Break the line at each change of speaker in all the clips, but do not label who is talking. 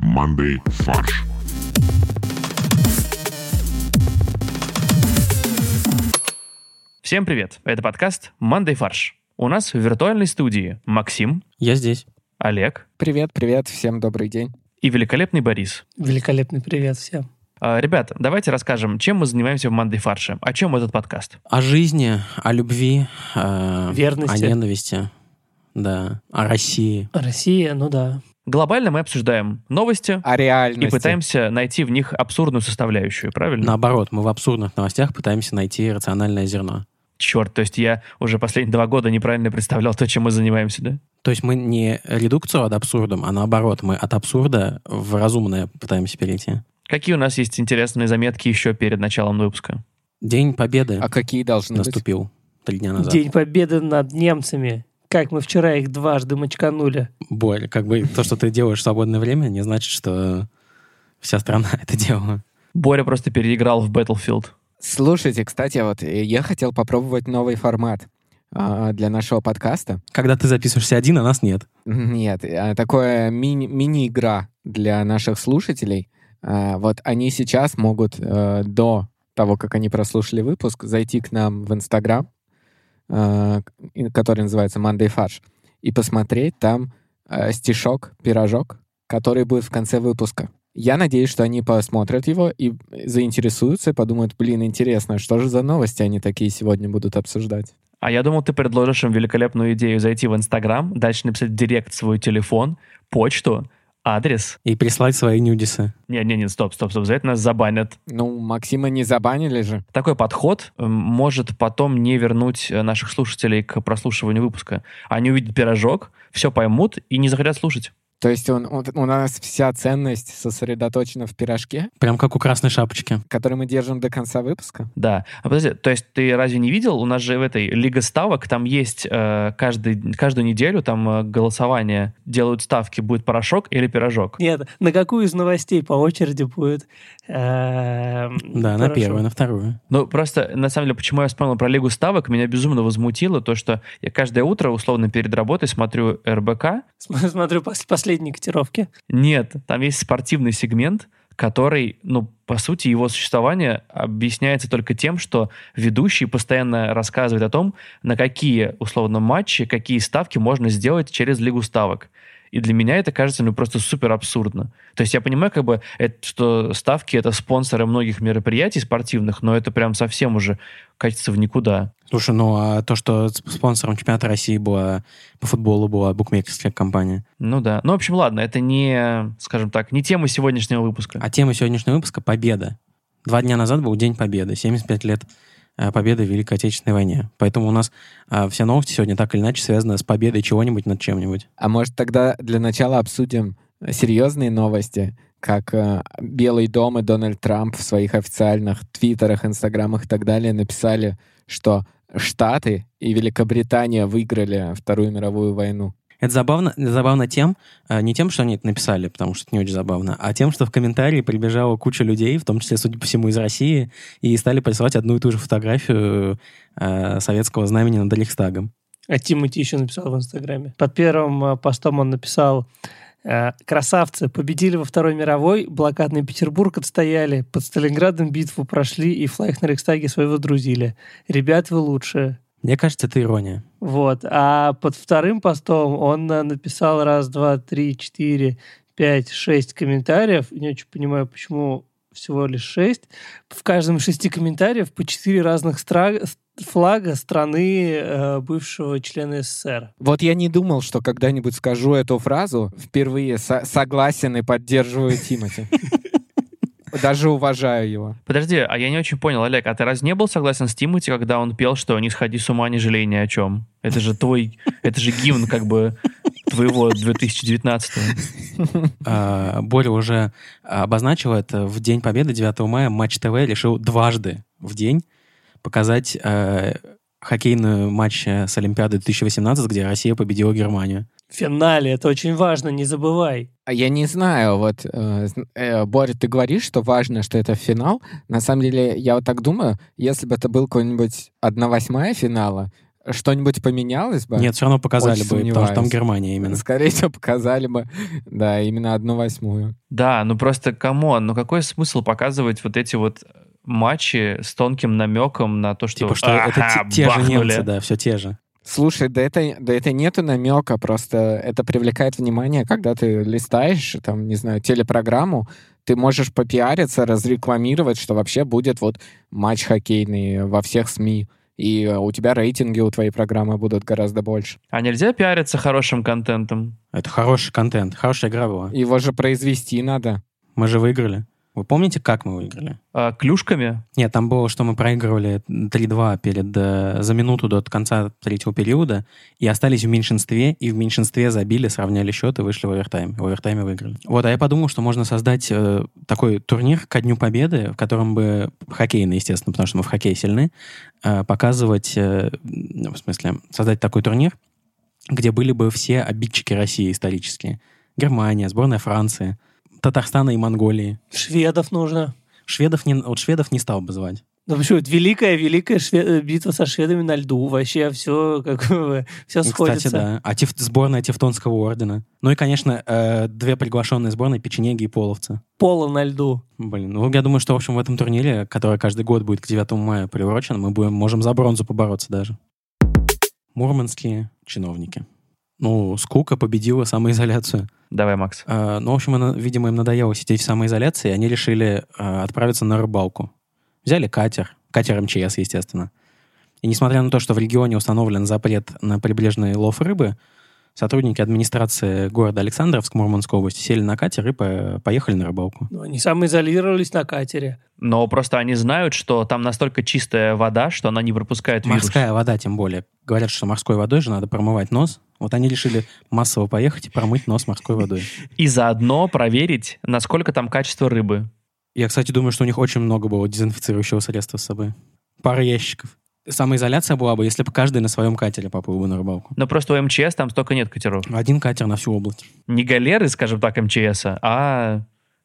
командой «Фарш».
Всем привет! Это подкаст «Мандай фарш». У нас в виртуальной студии Максим,
Я здесь.
Олег
Привет, привет, всем добрый день.
и великолепный Борис.
Великолепный привет всем.
А, Ребята, давайте расскажем, чем мы занимаемся в «Мандай фарше», о чем этот подкаст.
О жизни, о любви, э,
Верности.
о ненависти, да, о России.
Россия, ну да.
Глобально мы обсуждаем новости
О реальности.
и пытаемся найти в них абсурдную составляющую, правильно?
Наоборот, мы в абсурдных новостях пытаемся найти рациональное зерно.
Черт, то есть я уже последние два года неправильно представлял то, чем мы занимаемся, да?
То есть мы не редукцию от абсурдом, а наоборот, мы от абсурда в разумное пытаемся перейти.
Какие у нас есть интересные заметки еще перед началом выпуска?
День Победы
А какие должны быть?
наступил три дня назад.
День Победы над немцами. Как мы вчера их дважды мочканули.
Боль. Как бы то, что ты делаешь в свободное время, не значит, что вся страна это делала.
Боря просто переиграл в Battlefield.
Слушайте, кстати, вот э, я хотел попробовать новый формат а, для нашего подкаста.
Когда ты записываешься один, а нас нет.
Нет, э, такое мини- мини-игра для наших слушателей. А, вот они сейчас могут э, до того, как они прослушали выпуск, зайти к нам в Инстаграм, э, к- и- который называется Monday Фарш, и посмотреть там э, стишок, пирожок, который будет в конце выпуска. Я надеюсь, что они посмотрят его и э, заинтересуются, и подумают, блин, интересно, что же за новости они такие сегодня будут обсуждать.
А я думал, ты предложишь им великолепную идею зайти в Инстаграм, дальше написать в директ свой телефон, почту, адрес.
И прислать свои нюдисы.
Не-не-не, стоп, стоп, стоп, за это нас забанят.
Ну, Максима не забанили же.
Такой подход эм, может потом не вернуть э, наших слушателей к прослушиванию выпуска. Они увидят пирожок, все поймут и не захотят слушать.
То есть он, он- у нас вся ценность сосредоточена в пирожке,
Прям как у красной шапочки.
который мы держим до конца выпуска.
Да. А подожди, то есть ты разве не видел? У нас же в этой Лига ставок там есть э, каждый, каждую неделю там э, голосование делают ставки, будет порошок или пирожок.
Нет, на какую из новостей по очереди будет? эм,
Да, на
хорошо.
первую, на вторую.
Ну, просто, на самом деле, почему я вспомнил про Лигу ставок, меня безумно возмутило то, что я каждое утро, условно, перед работой смотрю РБК.
См- Смотрю пос- последние котировки.
Нет, там есть спортивный сегмент, который, ну, по сути, его существование объясняется только тем, что ведущий постоянно рассказывает о том, на какие, условно, матчи, какие ставки можно сделать через Лигу ставок. И для меня это кажется, ну, просто супер абсурдно. То есть я понимаю, как бы, это, что ставки — это спонсоры многих мероприятий спортивных, но это прям совсем уже катится в никуда.
Слушай, ну а то, что сп- спонсором чемпионата России была по футболу была букмекерская компания.
Ну да. Ну, в общем, ладно, это не, скажем так, не тема сегодняшнего выпуска.
А тема сегодняшнего выпуска — победа. Два дня назад был День Победы, 75 лет э, победы в Великой Отечественной войне. Поэтому у нас э, все новости сегодня так или иначе связаны с победой чего-нибудь над чем-нибудь.
А может тогда для начала обсудим э, серьезные новости, как э, Белый дом и Дональд Трамп в своих официальных твиттерах, инстаграмах и так далее написали, что Штаты и Великобритания выиграли Вторую мировую войну.
Это забавно, забавно тем, э, не тем, что они это написали, потому что это не очень забавно, а тем, что в комментарии прибежала куча людей, в том числе, судя по всему, из России, и стали присылать одну и ту же фотографию э, советского знамени над Рейхстагом.
А Тимати еще написал в Инстаграме. Под первым э, постом он написал э, «Красавцы, победили во Второй мировой, блокадный Петербург отстояли, под Сталинградом битву прошли и флаг на Рейхстаге свой водрузили. Ребят, вы лучшие».
Мне кажется, это ирония.
Вот. А под вторым постом он э, написал раз, два, три, четыре, пять, шесть комментариев. Не очень понимаю, почему всего лишь шесть. В каждом из шести комментариев по четыре разных стра- с- флага страны э, бывшего члена СССР.
Вот я не думал, что когда-нибудь скажу эту фразу. Впервые со- согласен и поддерживаю Тимати. Даже уважаю его.
Подожди, а я не очень понял, Олег, а ты раз не был согласен с Тимати, когда он пел, что «Не сходи с ума, не жалей ни о чем»? Это же твой, это же гимн, как бы, твоего 2019-го.
А, Боря уже обозначил это. В День Победы 9 мая Матч ТВ решил дважды в день показать э, хоккейную матч э, с Олимпиады 2018, где Россия победила Германию.
В финале. Это очень важно, не забывай.
А Я не знаю, вот, э, зн- э, Боря, ты говоришь, что важно, что это финал. На самом деле, я вот так думаю, если бы это был какой-нибудь 1-8 финала, что-нибудь поменялось бы?
Нет, все равно показали
Очень
бы, потому что там
сомневаюсь.
Германия именно.
Скорее всего, показали бы, да, именно одну восьмую.
Да, ну просто камон, ну какой смысл показывать вот эти вот матчи с тонким намеком на то, что,
Типа, что это
«Ага,
те, те же
бахнули».
немцы, да, все те же.
Слушай, да это, да это нету намека, просто это привлекает внимание, когда ты листаешь, там, не знаю, телепрограмму, ты можешь попиариться, разрекламировать, что вообще будет вот матч хоккейный во всех СМИ, и э, у тебя рейтинги у твоей программы будут гораздо больше.
А нельзя пиариться хорошим контентом?
Это хороший контент, хорошая игра была.
Его же произвести надо.
Мы же выиграли. Вы помните, как мы выиграли?
А, клюшками?
Нет, там было, что мы проигрывали 3-2 перед, э, за минуту до конца третьего периода и остались в меньшинстве, и в меньшинстве забили, сравняли счет и вышли в овертайм. В овертайме выиграли. Вот, а я подумал, что можно создать э, такой турнир ко Дню Победы, в котором бы, хоккейный, естественно, потому что мы в хоккее сильны, э, показывать, э, ну, в смысле, создать такой турнир, где были бы все обидчики России исторические. Германия, сборная Франции, Татарстана и Монголии.
Шведов нужно.
Шведов не, вот шведов не стал бы звать.
Ну почему? Это великая-великая шве- э, битва со шведами на льду. Вообще все, как бы, все
И,
сходится.
Ну, Кстати, да. А тиф- сборная Тевтонского ордена. Ну и, конечно, э, две приглашенные сборные печенеги и половцы.
Пола на льду.
Блин, ну я думаю, что, в общем, в этом турнире, который каждый год будет к 9 мая приурочен, мы будем, можем за бронзу побороться даже. Мурманские чиновники. Ну, скука победила самоизоляцию.
Давай, Макс.
Э, ну, в общем, она- видимо, им надоело сидеть в самоизоляции, и они решили э, отправиться на рыбалку. Взяли катер, катер МЧС, естественно. И несмотря на то, что в регионе установлен запрет на прибрежный лов рыбы, сотрудники администрации города Александровск Мурманской области сели на катер и по- поехали на рыбалку.
Ну, они самоизолировались на катере.
Но просто они знают, что там настолько чистая вода, что она не пропускает вирус.
Морская вода, тем более. Говорят, что морской водой же надо промывать нос. Вот они решили массово поехать и промыть нос морской водой.
И заодно проверить, насколько там качество рыбы.
Я, кстати, думаю, что у них очень много было дезинфицирующего средства с собой. Пара ящиков. Самоизоляция была бы, если бы каждый на своем катере поплыл бы на рыбалку.
Но просто у МЧС там столько нет катеров.
Один катер на всю область.
Не галеры, скажем так, МЧС, а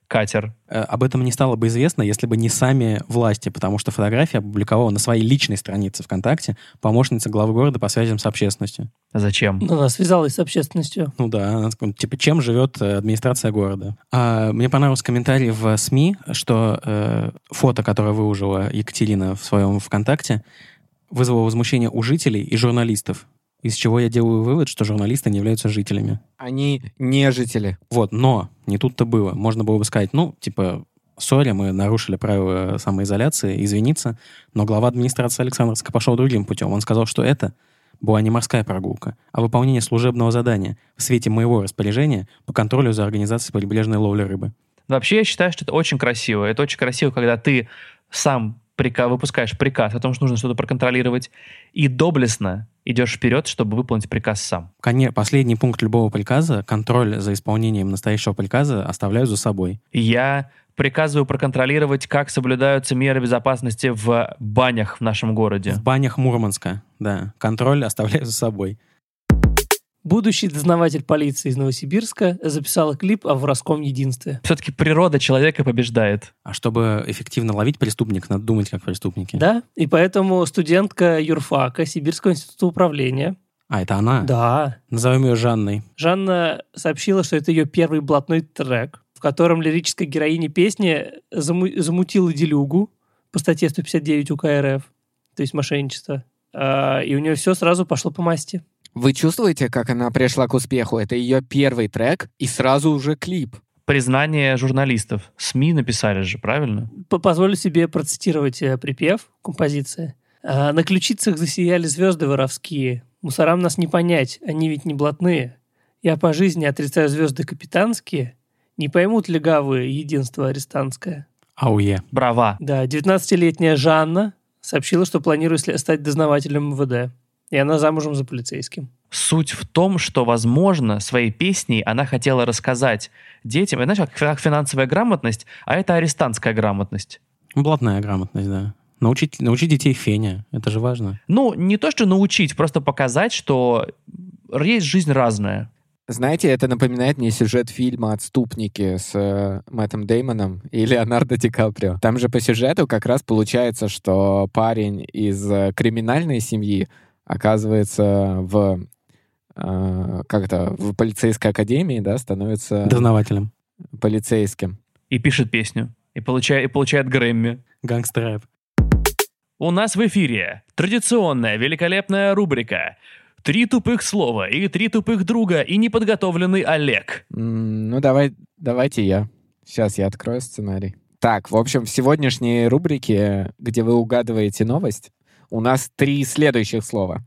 катер.
Э, Об этом не стало бы известно, если бы не сами власти, потому что фотография опубликовала на своей личной странице ВКонтакте помощница главы города по связям с общественностью.
Зачем?
Но она связалась с общественностью.
Ну да, она такая, типа, чем живет э, администрация города. А, мне понравился комментарий в СМИ, что э, фото, которое выложила Екатерина в своем ВКонтакте, вызвало возмущение у жителей и журналистов, из чего я делаю вывод, что журналисты не являются жителями.
Они а не жители.
Вот, но не тут-то было. Можно было бы сказать, ну, типа, сори, мы нарушили правила самоизоляции, извиниться, но глава администрации Александровска пошел другим путем. Он сказал, что это была не морская прогулка, а выполнение служебного задания в свете моего распоряжения по контролю за организацией прибрежной ловли рыбы.
Вообще, я считаю, что это очень красиво. Это очень красиво, когда ты сам прика- выпускаешь приказ о том, что нужно что-то проконтролировать, и доблестно идешь вперед, чтобы выполнить приказ сам.
Коне- Последний пункт любого приказа, контроль за исполнением настоящего приказа оставляю за собой.
Я приказываю проконтролировать, как соблюдаются меры безопасности в банях в нашем городе.
В банях Мурманска, да, контроль оставляю за собой.
Будущий дознаватель полиции из Новосибирска записала клип о воровском единстве.
Все-таки природа человека побеждает.
А чтобы эффективно ловить преступника, надо думать как преступники.
Да, и поэтому студентка юрфака Сибирского института управления.
А, это она?
Да,
Назовем ее Жанной.
Жанна сообщила, что это ее первый блатной трек, в котором лирическая героиня песни заму- замутила делюгу по статье 159 УК РФ, то есть мошенничество. А, И у нее все сразу пошло по масти.
Вы чувствуете, как она пришла к успеху? Это ее первый трек и сразу уже клип.
Признание журналистов. СМИ написали же, правильно?
П- Позволю себе процитировать э, припев композиции. А, «На ключицах засияли звезды воровские. Мусорам нас не понять, они ведь не блатные. Я по жизни отрицаю звезды капитанские. Не поймут легавые единство арестантское».
Ауе.
Брава.
Да, 19-летняя Жанна сообщила, что планирует сле- стать дознавателем МВД. И она замужем за полицейским.
Суть в том, что, возможно, своей песней она хотела рассказать детям. Это, знаешь, как фи- как финансовая грамотность, а это арестантская грамотность.
Ну, Блатная грамотность, да. Научить, научить детей фене. Это же важно.
Ну, не то, что научить, просто показать, что есть жизнь разная.
Знаете, это напоминает мне сюжет фильма «Отступники» с э, Мэттом Деймоном и Леонардо Ди Каприо. Там же по сюжету как раз получается, что парень из э, криминальной семьи, оказывается в э, как это, в полицейской академии, да, становится
Дознавателем.
полицейским.
И пишет песню. И получает, и получает Грэмми.
Гангстер рэп.
У нас в эфире традиционная великолепная рубрика «Три тупых слова» и «Три тупых друга» и «Неподготовленный Олег».
М, Ну, давай, давайте я. Сейчас я открою сценарий. Так, в общем, в сегодняшней рубрике, где вы угадываете новость, у нас три следующих слова.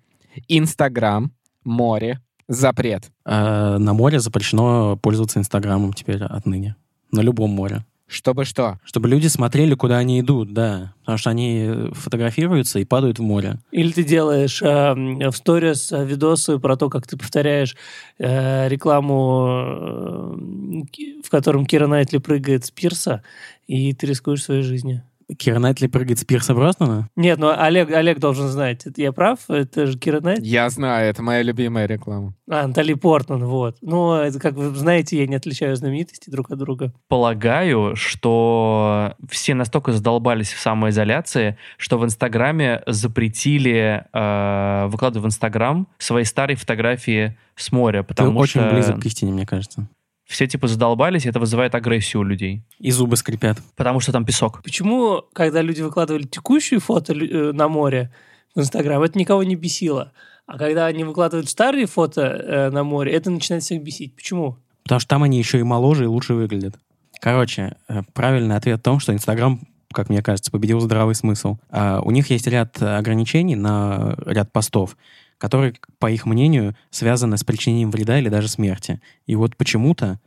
Инстаграм, море, запрет.
Э, на море запрещено пользоваться Инстаграмом теперь отныне. На любом море.
Чтобы что?
Чтобы люди смотрели, куда они идут, да. Потому что они фотографируются и падают в море.
Или ты делаешь э, м, в сторис э, видосы про то, как ты повторяешь э, рекламу, э, м, Ки- в котором Кира Найтли прыгает с пирса, и ты рискуешь своей жизнью.
Кира Найтли прыгает с пирса Броснана?
Нет, ну Олег, Олег должен знать. Это Я прав? Это же Кира Найтли?
Я знаю, это моя любимая реклама.
А, Натали Портман, вот. Ну, это, как вы знаете, я не отличаю знаменитости друг от друга.
Полагаю, что все настолько задолбались в самоизоляции, что в Инстаграме запретили э, выкладывать в Инстаграм свои старые фотографии с моря, потому
Ты
что
очень близок к истине, мне кажется.
все типа задолбались, и это вызывает агрессию у людей,
И зубы скрипят.
потому что там песок.
Почему, когда люди выкладывали текущие фото лю- э, на море в Инстаграм, это никого не бесило? А когда они выкладывают старые фото э, на море, это начинает всех бесить. Почему?
Потому что там они еще и моложе, и лучше выглядят. Короче, э, правильный ответ в том, что Инстаграм, как мне кажется, победил здравый смысл. А, У них есть ряд э, ограничений на ряд постов, которые, к- по их мнению, связаны с причинением вреда или даже смерти. И вот почему-то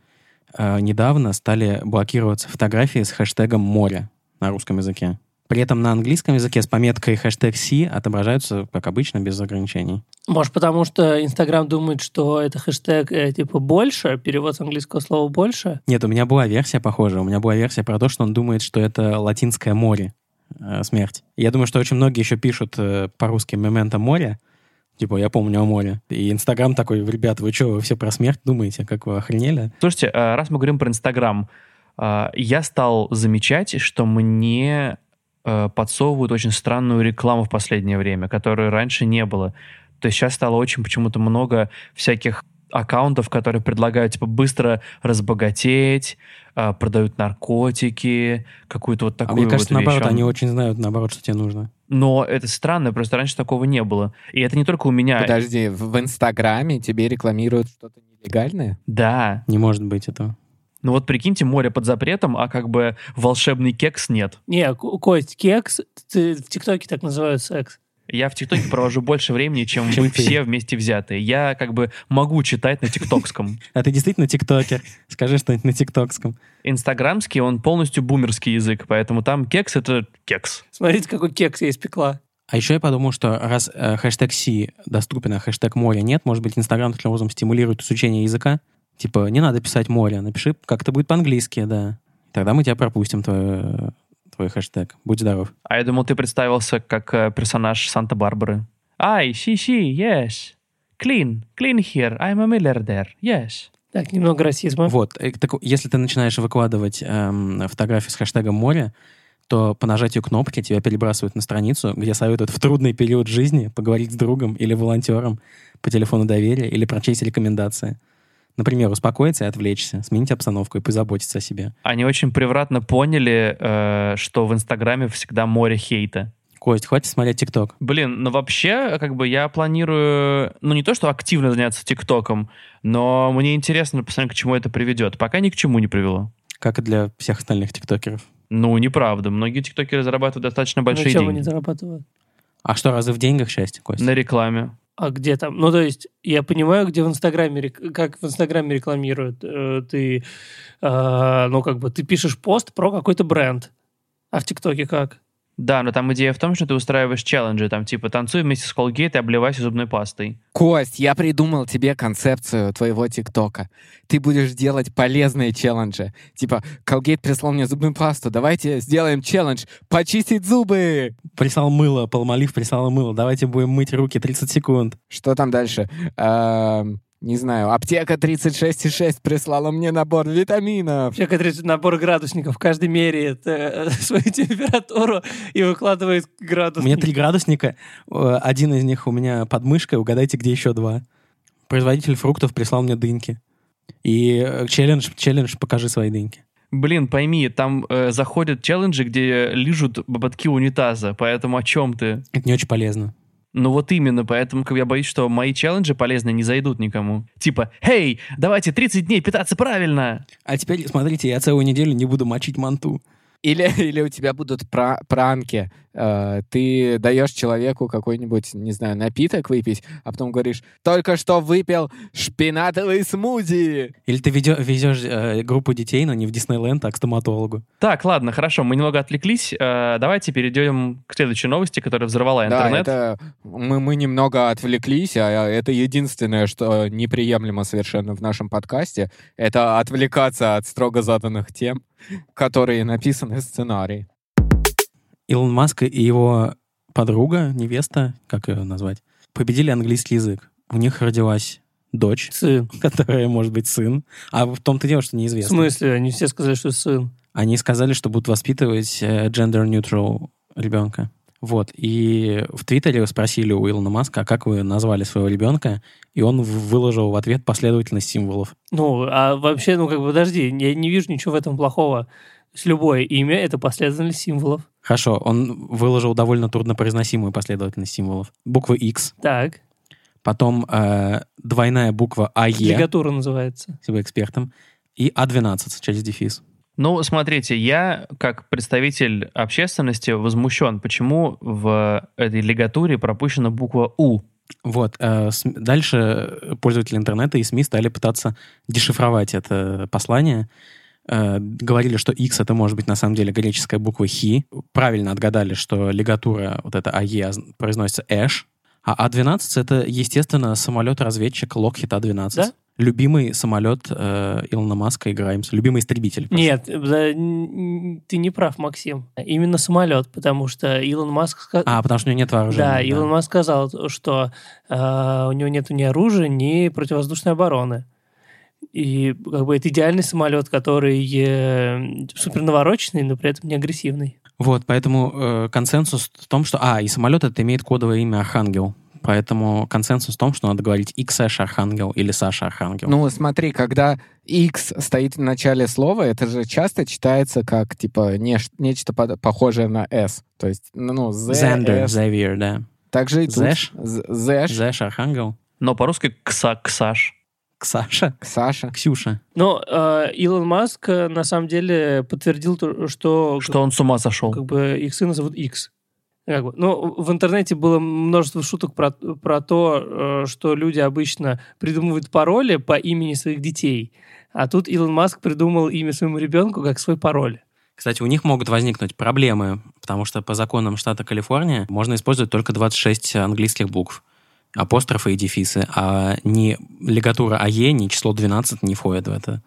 э, недавно стали блокироваться фотографии с хэштегом «море» на русском языке. При этом на английском языке с пометкой хэштег «си» отображаются, как обычно, без ограничений.
Может, потому что Инстаграм думает, что это хэштег э, типа «больше», перевод с английского слова «больше».
Нет, у меня была версия похожая. У меня была версия про то, что он думает, что это латинское море, э, смерть. Я думаю, что очень многие еще пишут э, по-русски «мементо море», типа «я помню о море». И Инстаграм такой, ребят, вы что, вы все про смерть думаете, как вы охренели?
Слушайте, э, раз мы говорим про Инстаграм, э, я стал замечать, что мне э, подсовывают очень странную рекламу в последнее время, которой раньше не было. То есть сейчас стало очень почему-то много всяких аккаунтов, которые предлагают типа быстро разбогатеть, э, продают наркотики, какую-то вот
А
такую
мне кажется,
вот вещь.
наоборот,
А
они очень знают, наоборот, что тебе нужно.
Но это странно, просто раньше такого не было. И это не только у меня.
Подожди, в в Инстаграме тебе рекламируют что-то нелегальное?
Да.
Не может быть этого.
Ну вот прикиньте, море под запретом, а как бы волшебный кекс нет.
Не, К- Кость, кекс, ты- в ТикТоке так называют секс.
Я в ТикТоке провожу больше времени, чем
Чем
вы
ты.
все вместе взятые. Я как бы могу читать на тиктокском.
А ты действительно тиктокер? Скажи что-нибудь на тиктокском.
Инстаграмский, он полностью бумерский язык, поэтому там кекс — это кекс.
Смотрите, какой кекс я испекла.
А еще я подумал, что раз э, хэштег «си» доступен, а хэштег «море» нет, может быть, Инстаграм таким образом стимулирует изучение языка. Типа, не надо писать «море», напиши, как это будет по-английски, да. Тогда мы тебя пропустим, твой, твой хэштег. Будь здоров.
А я думал, ты представился как э, персонаж Санта-Барбары. Ай, си-си, yes. Clean, clean here, I'm a milliardaire, yes.
Так, немного расизма.
Вот. э, так если ты начинаешь выкладывать эм, фотографию с хэштегом «море», то по нажатию кнопки тебя перебрасывают на страницу, где советуют в трудный период жизни поговорить с другом или волонтером по телефону доверия или прочесть рекомендации. Например, успокоиться и отвлечься, сменить обстановку и позаботиться о себе.
Они очень превратно поняли, э, что в Инстаграме всегда море хейта.
Кость, хватит смотреть ТикТок.
Блин, ну вообще, как бы я планирую, ну не то, что активно заняться ТикТоком, но мне интересно посмотреть, к чему это приведет. Пока ни к чему не привело.
Как и для всех остальных тиктокеров.
Ну, неправда. Многие тиктокеры зарабатывают достаточно
На
большие
Ну, чем они
деньги.
зарабатывают?
А что, разы в деньгах счастье, Кость?
На рекламе.
А где там? Ну, то есть, я понимаю, где в Инстаграме, рек- как в Инстаграме рекламируют. Э, Ты, э, ну, как бы, ты пишешь пост про какой-то бренд. А в ТикТоке как?
Да, но там идея в том, что ты устраиваешь челленджи, там типа танцуй вместе с Colgate и обливайся зубной пастой.
Кость, я придумал тебе концепцию твоего ТикТока. Ты будешь делать полезные челленджи. Типа, Колгейт прислал мне зубную пасту, давайте сделаем челлендж «Почистить зубы!»
Прислал мыло, полмолив прислал мыло. Давайте будем мыть руки 30 секунд.
Что там дальше? Эм, не знаю, аптека 36,6 прислала мне набор витаминов.
Человек отрезает набор градусников, каждый меряет э, свою температуру и выкладывает
У
градус.
меня три градусника, э, один из них у меня под мышкой, угадайте, где еще два. Производитель фруктов прислал мне дыньки. И э, челлендж, челлендж «Покажи свои дыньки».
Блин, пойми, там э, заходят челленджи, где лижут ободки унитаза, поэтому о чем ты?
Это не очень полезно.
Ну вот именно, поэтому как я боюсь, что мои челленджи полезные не зайдут никому. Типа, «Хей, давайте 30 дней питаться правильно!»
А теперь, смотрите, я целую неделю не буду мочить манту.
Или, или у тебя будут пра- пранки. Э, ты даешь человеку какой-нибудь, не знаю, напиток выпить, а потом говоришь, только что выпил шпинатовый смузи.
Или ты ведё- везешь э, группу детей, но не в Диснейленд, а к стоматологу.
Так, ладно, хорошо, мы немного отвлеклись. Э, давайте перейдем к следующей новости, которая взорвала
Да,
интернет.
это мы, мы немного отвлеклись, а это единственное, что неприемлемо совершенно в нашем подкасте, это отвлекаться от строго заданных тем, которые написаны в сценарии.
Илон Маск и его подруга, невеста, как ее назвать, победили английский язык. У них родилась дочь,
Сын.
которая может быть сын. А в том-то дело, что
В
неизвестно.
смысле? Они все сказали, что сын.
Они сказали, что будут воспитывать э, gender-neutral ребенка. Вот. И в Твиттере спросили у Илона Маска, а как вы назвали своего ребенка? И он в- выложил в ответ последовательность символов.
Ну, а вообще, ну как бы, подожди, я не вижу ничего в этом плохого. То есть любое имя — это последовательность символов.
Хорошо, он выложил довольно труднопроизносимую последовательность символов. Буква X,
Так,
потом э, двойная буква А АЕ,
лигатура называется.
если вы экспертом, и А А12 через дефис.
Ну, смотрите, я как представитель общественности возмущен, почему в этой лигатуре пропущена буква «У».
Вот. э, см- Дальше пользователи интернета и СМИ стали пытаться дешифровать это послание. Э, Говорили, что X это может быть на самом деле греческая буква хи. Правильно отгадали, что лигатура вот эта АЕ оз- произносится эш. А А-12 это, естественно, самолет-разведчик Lockheed А-12.
Да?
Любимый самолет э, Илона Маска и Граймса. Любимый истребитель.
Нет, да, н- н- ты не прав, Максим. Именно самолет, потому что Илон Маск... ска-
А, потому что у него нет вооружения.
да, Илон Маск сказал, что э, у него нет ни оружия, ни противовоздушной обороны. И как бы это идеальный самолет, который э, супер навороченный, но при этом не агрессивный.
Вот, поэтому э, консенсус в том, что... А, и самолет это имеет кодовое имя Архангел. Поэтому консенсус в том, что надо говорить XS Архангел или Саша Архангел.
Ну, смотри, когда X стоит в начале слова, это же часто читается как, типа, неш- нечто под- похожее на S. То есть, ну, Z,
Зендер,
S.
Зевир, да.
Также и тут.
Зэш?
З- Зэш,
Зэш Архангел.
Но по-русски «кса», «ксаш».
Ксаша?
Саша.
Ксюша.
Но э, Илон Маск э, на самом деле подтвердил, то, что,
Что он с ума сошел.
как бы их сына зовут X. Как бы, ну, в интернете было множество шуток про, про то, э, что люди обычно придумывают пароли по имени своих детей. А тут Илон Маск придумал имя своему ребенку как свой пароль.
Кстати, у них могут возникнуть проблемы, потому что по законам штата Калифорния можно использовать только 26 английских букв. Апострофы и дефисы. А ни лигатура АЕ, ни число 12 не входит в, это,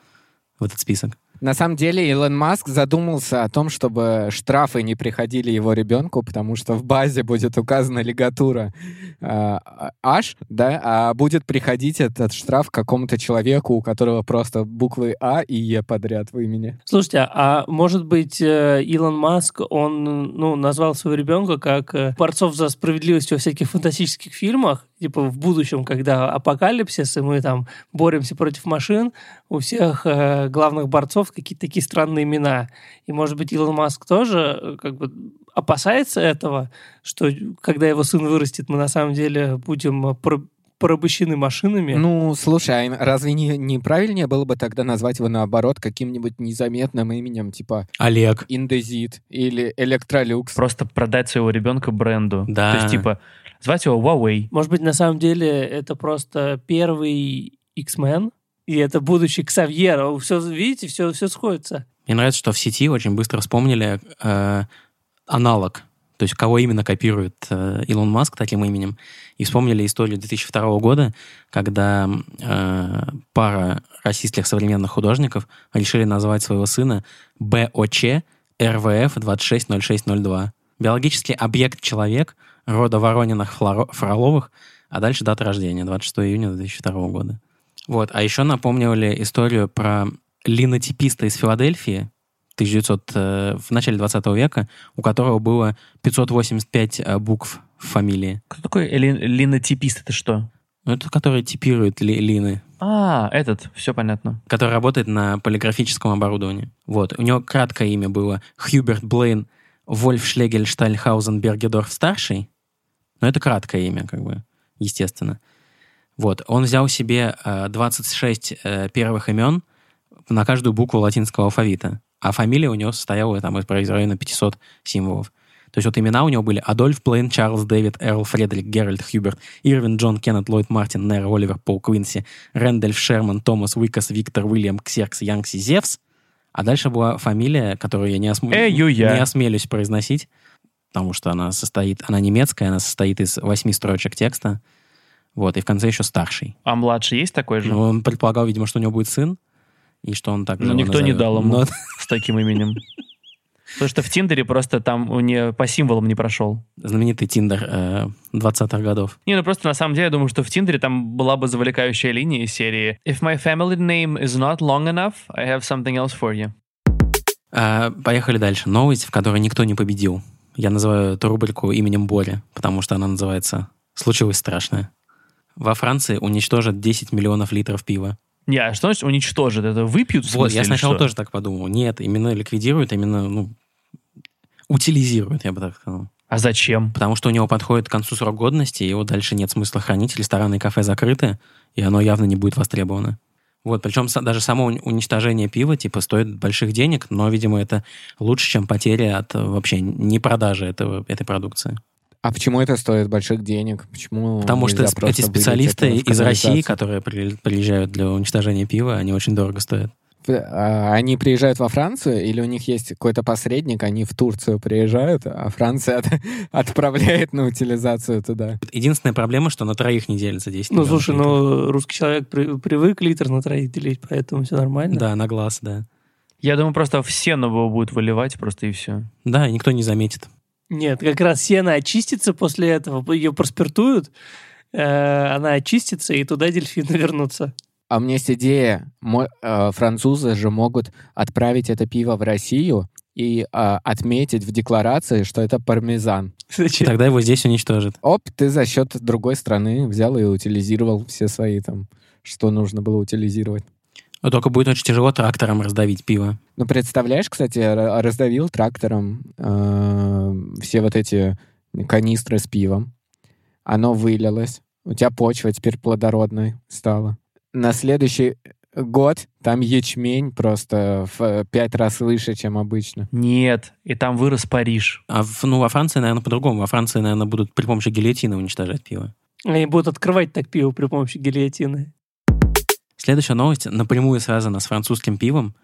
в этот список.
На самом деле Илон Маск задумался о том, чтобы штрафы не приходили его ребенку, потому что в базе будет указана лигатура э, H, да, а будет приходить этот штраф какому-то человеку, у которого просто буквы А и Е подряд в имени.
Слушайте, а может быть э, Илон Маск, он ну, назвал своего ребенка как э, борцов за справедливость во всяких фантастических фильмах, типа в будущем, когда апокалипсис, и мы там боремся против машин, у всех э, главных борцов какие-то такие странные имена. И может быть Илон Маск тоже э, как бы опасается этого, что когда его сын вырастет, мы на самом деле будем э, про- порабощены машинами.
Ну, слушай, а разве не, неправильнее было бы тогда назвать его наоборот каким-нибудь незаметным именем, типа
Олег.
Индезит или Электролюкс?
Просто продать своего ребенка бренду.
Да.
То есть, типа, звать его Huawei.
Может быть, на самом деле это просто первый X-Men, и это будущий Ксавьер. Все, видите, все, все сходится.
Мне нравится, что в сети очень быстро вспомнили э, аналог, то есть кого именно копирует э, Илон Маск таким именем. И вспомнили историю 2002 года, когда э, пара российских современных художников решили назвать своего сына БОЧ РВФ 260602. Биологический объект человек, рода Ворониных Флоро- Фроловых, а дальше дата рождения, 26 июня 2002 года. Вот, а еще напомнили историю про линотиписта из Филадельфии, 1900, э, в начале 20 века, у которого было 585 э, букв в фамилии.
Кто такой ли- линотипист? Это что?
Ну, это который типирует ли- лины.
А, этот, все понятно.
который работает на полиграфическом оборудовании. Вот. У него краткое имя было Хьюберт Блейн Вольф Шлегель Штальхаузен Бергедорф старший. Но это краткое имя, как бы, естественно. Вот. Он взял себе э, 26 э, первых имен на каждую букву латинского алфавита. А фамилия у него состояла там из района 500 символов. То есть вот имена у него были Адольф Блейн, Чарльз Дэвид, Эрл Фредерик, Геральт Хьюберт, Ирвин Джон, Кеннет Ллойд Мартин, Нер, Оливер, Пол Квинси, Рэндольф Шерман, Томас Уикас, Виктор Уильям, Ксеркс, Янкси, Зевс. А дальше была фамилия, которую я не, осм-
Эюя.
не осмелюсь произносить, потому что она состоит, она немецкая, она состоит из восьми строчек текста. Вот, и в конце еще старший.
А младший есть такой же?
Ну, он предполагал, видимо, что у него будет сын, и что он так
Ну,
же его
никто не
назовет.
дал ему.
Но-
с таким именем. Потому что в Тиндере просто там у не, по символам не прошел.
знаменитый Тиндер э, 20-х годов.
Не, ну просто на самом деле я думаю, что в Тиндере там была бы завлекающая линия из серии «If my family name is not long enough, I have something else for you».
А, поехали дальше. Новость, в которой никто не победил. Я называю эту рубрику именем Боря, потому что она называется «Случилось страшное». Во Франции уничтожат 10 миллионов литров пива.
Не, а что значит уничтожит? Это выпьют в
Вот,
смысле,
я
или
сначала
что?
тоже так подумал. Нет, именно ликвидируют, именно, ну, утилизируют, я бы так сказал.
А зачем?
Потому что у него подходит к концу срок годности, и его дальше нет смысла хранить. Рестораны и кафе закрыты, и оно явно не будет востребовано. Вот, причем са- даже само уни- уничтожение пива, типа, стоит больших денег, но, видимо, это лучше, чем потеря от э, вообще не продажи этого, этой продукции.
А почему это стоит больших денег? Почему
Потому что
нельзя
с- эти
просто вылить
специалисты
это в
из России,
канализацию?
которые при- приезжают для уничтожения пива, они очень дорого стоят.
А, Они приезжают во Францию, или у них есть какой-то посредник, они в Турцию приезжают, а Франция от- отправляет на утилизацию туда.
Единственная проблема, что на троих не делится 10
Ну,
миллионов
слушай,
литров.
ну, русский человек при- привык литр на троих делить, поэтому все нормально.
Да, на глаз, да.
Я думаю, просто в сено его будут выливать просто и все.
Да, и никто не заметит.
Нет, как раз сено очистится после этого, ее проспиртуют, э, она очистится, и туда дельфины вернутся.
А у меня есть идея. Мо- э, Французы же могут отправить это пиво в Россию и э, отметить в декларации, что это пармезан.
И
Зачем?
тогда его здесь уничтожат.
Оп, ты за счет другой страны взял и утилизировал все свои там, что нужно было утилизировать.
Но А только будет очень тяжело трактором раздавить пиво.
Ну, представляешь, кстати, ра- раздавил трактором э, все вот эти канистры с пивом. Оно вылилось. У тебя почва теперь плодородной стала. На следующий год там ячмень просто в э, пять раз выше, чем обычно.
Нет, и там вырос Париж.
А в- ну, во Франции, наверное, по-другому. Во Франции, наверное, будут при помощи гильотины уничтожать пиво.
Они будут открывать так пиво при помощи гильотины.
Следующая новость напрямую связана с французским пивом,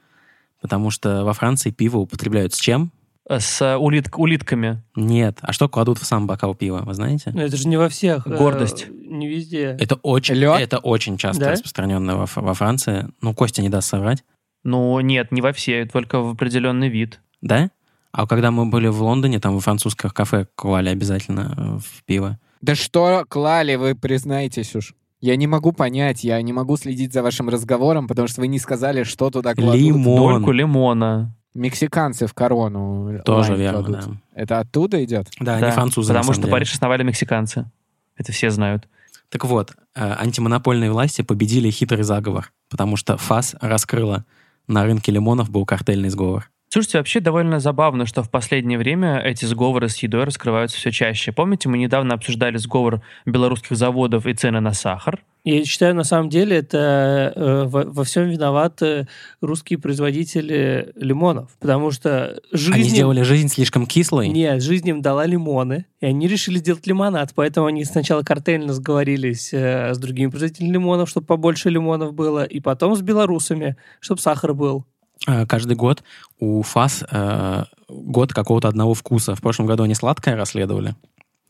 потому что во Франции пиво употребляют с чем?
Э, С э, улит- улитками.
Нет. А что кладут в сам бокал пива, вы знаете?
Но это же не во всех. э,
Гордость.
Не везде.
Это очень,
Лёд?
это очень часто
Да?
распространенное во, Ф- во Франции. Ну, Костя не даст соврать.
Ну, нет, не во все, только в определенный вид.
Да? А когда мы были в Лондоне, там во французских кафе клали обязательно э, в пиво.
Да что клали, вы признаетесь уж. Я не могу понять, я не могу следить за вашим разговором, потому что вы не сказали, что туда кладут.
Лимон.
Дольку лимона.
Мексиканцы в корону
Тоже
лайм
верно,
кладут.
да.
Это оттуда идет?
Да, А, не французы. на
Потому
самом
что
деле.
Париж основали мексиканцы. Это все знают.
Так вот, э, антимонопольные власти победили хитрый заговор, потому что ФАС раскрыла на рынке лимонов был картельный сговор.
Слушайте, вообще довольно забавно, что в последнее время эти сговоры с едой раскрываются все чаще. Помните, мы недавно обсуждали сговор белорусских заводов и цены на сахар?
Я считаю, на самом деле, это э, во, во всем виноваты русские производители лимонов, потому что жизнь...
Они
им-
сделали жизнь слишком кислой.
Нет, жизнь им дала лимоны, и они решили сделать лимонад, поэтому они сначала картельно сговорились э, с другими производителями лимонов, чтобы побольше лимонов было, и потом с белорусами, чтобы сахар был.
Э, Каждый год у ФАС э, год какого-то одного вкуса. В прошлом году они сладкое расследовали,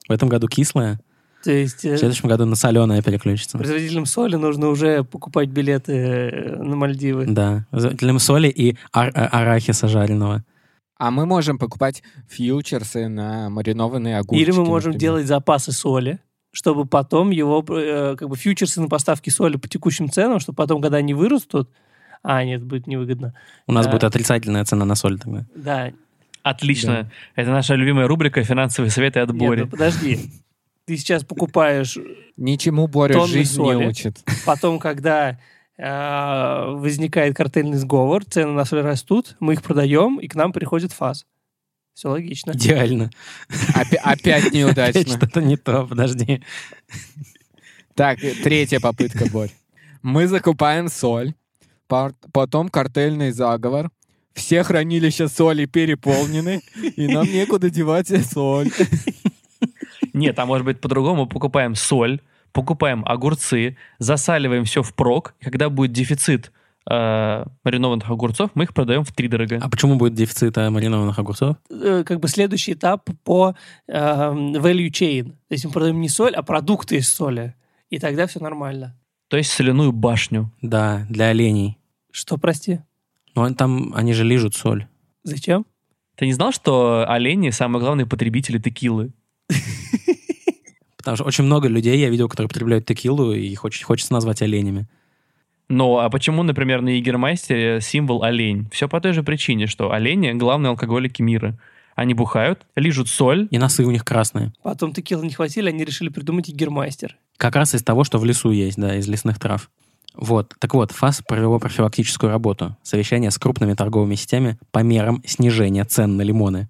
в этом году кислое,
То есть э,
в следующем году на соленое переключится.
производителям соли нужно уже покупать билеты э, на Мальдивы.
Да, для соли и ар- э, арахиса жареного.
А мы можем покупать фьючерсы на маринованные огурчики.
Или мы можем
например.
делать запасы соли, чтобы потом его, э, как бы, фьючерсы на поставки соли по текущим ценам, чтобы потом, когда они вырастут, а, нет, будет невыгодно.
У нас
Да.
будет отрицательная цена на соль тогда.
Да,
Отлично. Это наша любимая рубрика «Финансовые советы от
нет,
Бори».
ну подожди. Ты сейчас покупаешь
Ничему Боря
Тонны
жизнь
соли.
не учит.
Потом, когда э, возникает картельный сговор, цены на соль растут, мы их продаем, и к нам приходит фаз. Все логично.
Идеально.
Опя- опять
Опять
неудачно.
что-то не то, подожди.
Так, э, третья попытка, Борь. Мы закупаем соль, пар- потом картельный заговор. Все хранилища соли переполнены, и нам некуда девать соль.
Нет, а может быть по-другому покупаем соль, покупаем огурцы, засаливаем все впрок. И Когда будет дефицит э, маринованных огурцов, мы их продаем в три дорога.
А почему будет дефицит э, маринованных огурцов?
Э, Как бы следующий этап по э, value chain. То есть мы продаем не соль, а продукты из соли. И тогда все нормально.
То есть соляную башню.
Да, для оленей.
Что, прости?
Ну, они там, они же лижут соль.
Зачем?
Ты не знал, что олени самые главные потребители текилы?
Потому что очень много людей я видел, которые потребляют текилу, и их очень хочется назвать оленями.
Ну, а почему, например, на Егермайстере символ олень? Все по той же причине, что олени — главные алкоголики мира. Они бухают, лижут соль.
И носы у них красные.
Потом текилы не хватили, они решили придумать гермастер.
Как раз из того, что в лесу есть, да, из лесных трав. Вот. Так вот, ФАС провело профилактическую работу. Совещание с крупными торговыми сетями по мерам снижения цен на лимоны.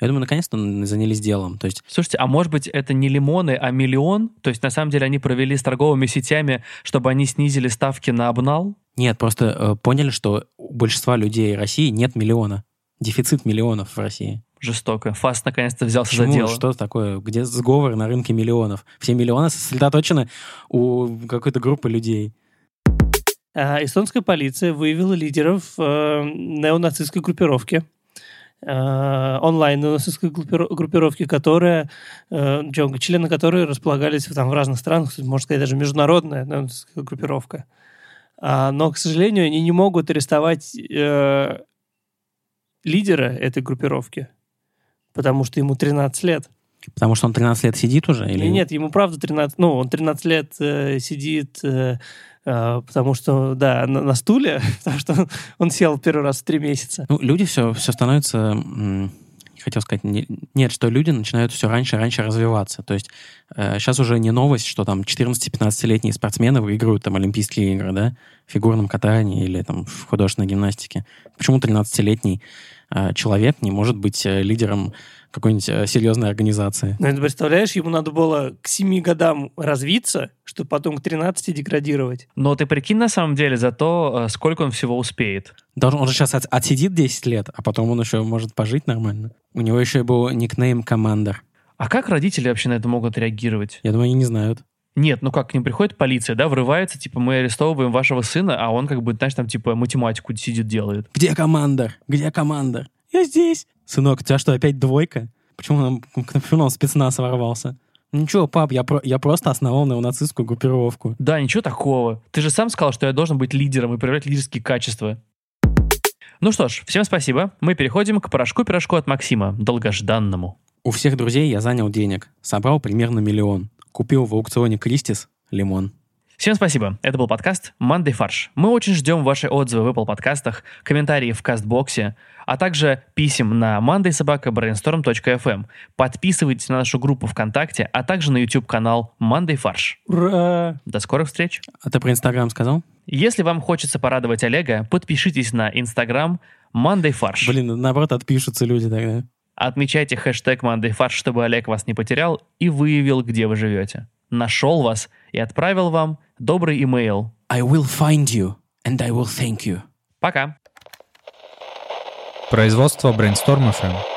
Я думаю, наконец-то н- занялись делом. То есть
Слушайте, а может быть это не лимоны, а миллион? То есть на самом деле они провели с торговыми сетями, чтобы они снизили ставки на обнал?
Нет, просто э, поняли, что у большинства людей России нет миллиона. Дефицит миллионов в России.
Жестоко. Фас наконец-то взялся
Почему?
за дело.
Что такое? Где сговор на рынке миллионов? Все миллионы сосредоточены у какой-то группы людей.
А, Эстонская полиция выявила лидеров э, неонацистской группировки, э, онлайн-неонацистской группиро- группировки, которая, э, чё, члены которой располагались в- там, в разных странах, кстати, можно сказать, даже международная неонацистская группировка. А, но, к сожалению, они не могут арестовать э, лидера этой группировки, потому что ему 13 лет.
Потому что он 13 лет сидит уже? Или...
Нет, ему правда 13, ну, он 13 лет э, сидит, э, э, потому что, да, на, на стуле, потому что он, он сел первый раз в три месяца.
Ну, люди все, все становятся... м, Хотел сказать, не- нет, что люди начинают все раньше и раньше развиваться. То есть сейчас уже не новость, что там 14-15-летние спортсмены выигрывают там Олимпийские игры, да, в фигурном катании или там в художественной гимнастике. Почему 13-летний э, человек не может быть э, лидером какой-нибудь э, серьезной организации?
Ну, ты представляешь, ему надо было к 7 годам развиться, чтобы потом к 13 деградировать.
Но ты прикинь на самом деле за то, э, сколько он всего успеет.
Должен, он же сейчас отсидит 10 лет, а потом он еще может пожить нормально. У него еще и был никнейм «Командер».
А как родители вообще на это могут реагировать?
Я думаю, они не знают.
Нет, ну как, к ним приходит полиция, да, врывается, типа, мы арестовываем вашего сына, а он как бы, знаешь, там, типа, математику сидит, делает.
Где командор? Где командор? Я здесь. Сынок, у тебя что, опять двойка? Почему нам почему нам спецназ ворвался? Ну Ничего, пап, я, про- я просто основал неонацистскую группировку.
Да, ничего такого. Ты же сам сказал, что я должен быть лидером и проявлять лидерские качества. Ну что ж, всем спасибо. Мы переходим к порошку-пирожку от Максима, долгожданному.
У всех друзей я занял денег. Собрал примерно миллион. Купил в аукционе Кристис лимон.
Всем спасибо. Это был подкаст «Мандай фарш». Мы очень ждем ваши отзывы в Apple подкастах, комментарии в кастбоксе, а также писем на mandaysobaka.brainstorm.fm. эм. Подписывайтесь на нашу группу ВКонтакте, а также на YouTube-канал «Мандай фарш».
Ура!
До скорых встреч!
А ты про Инстаграм сказал?
Если вам хочется порадовать Олега, подпишитесь на Instagram «Мандай фарш».
Блин, наоборот, отпишутся люди тогда.
Отмечайте хэштег «Мандай фарш», чтобы Олег вас не потерял и выявил, где вы живете. Нашел вас и отправил вам добрый имейл.
I will find you, and I will thank you.
Пока!
Производство Brainstorm FM.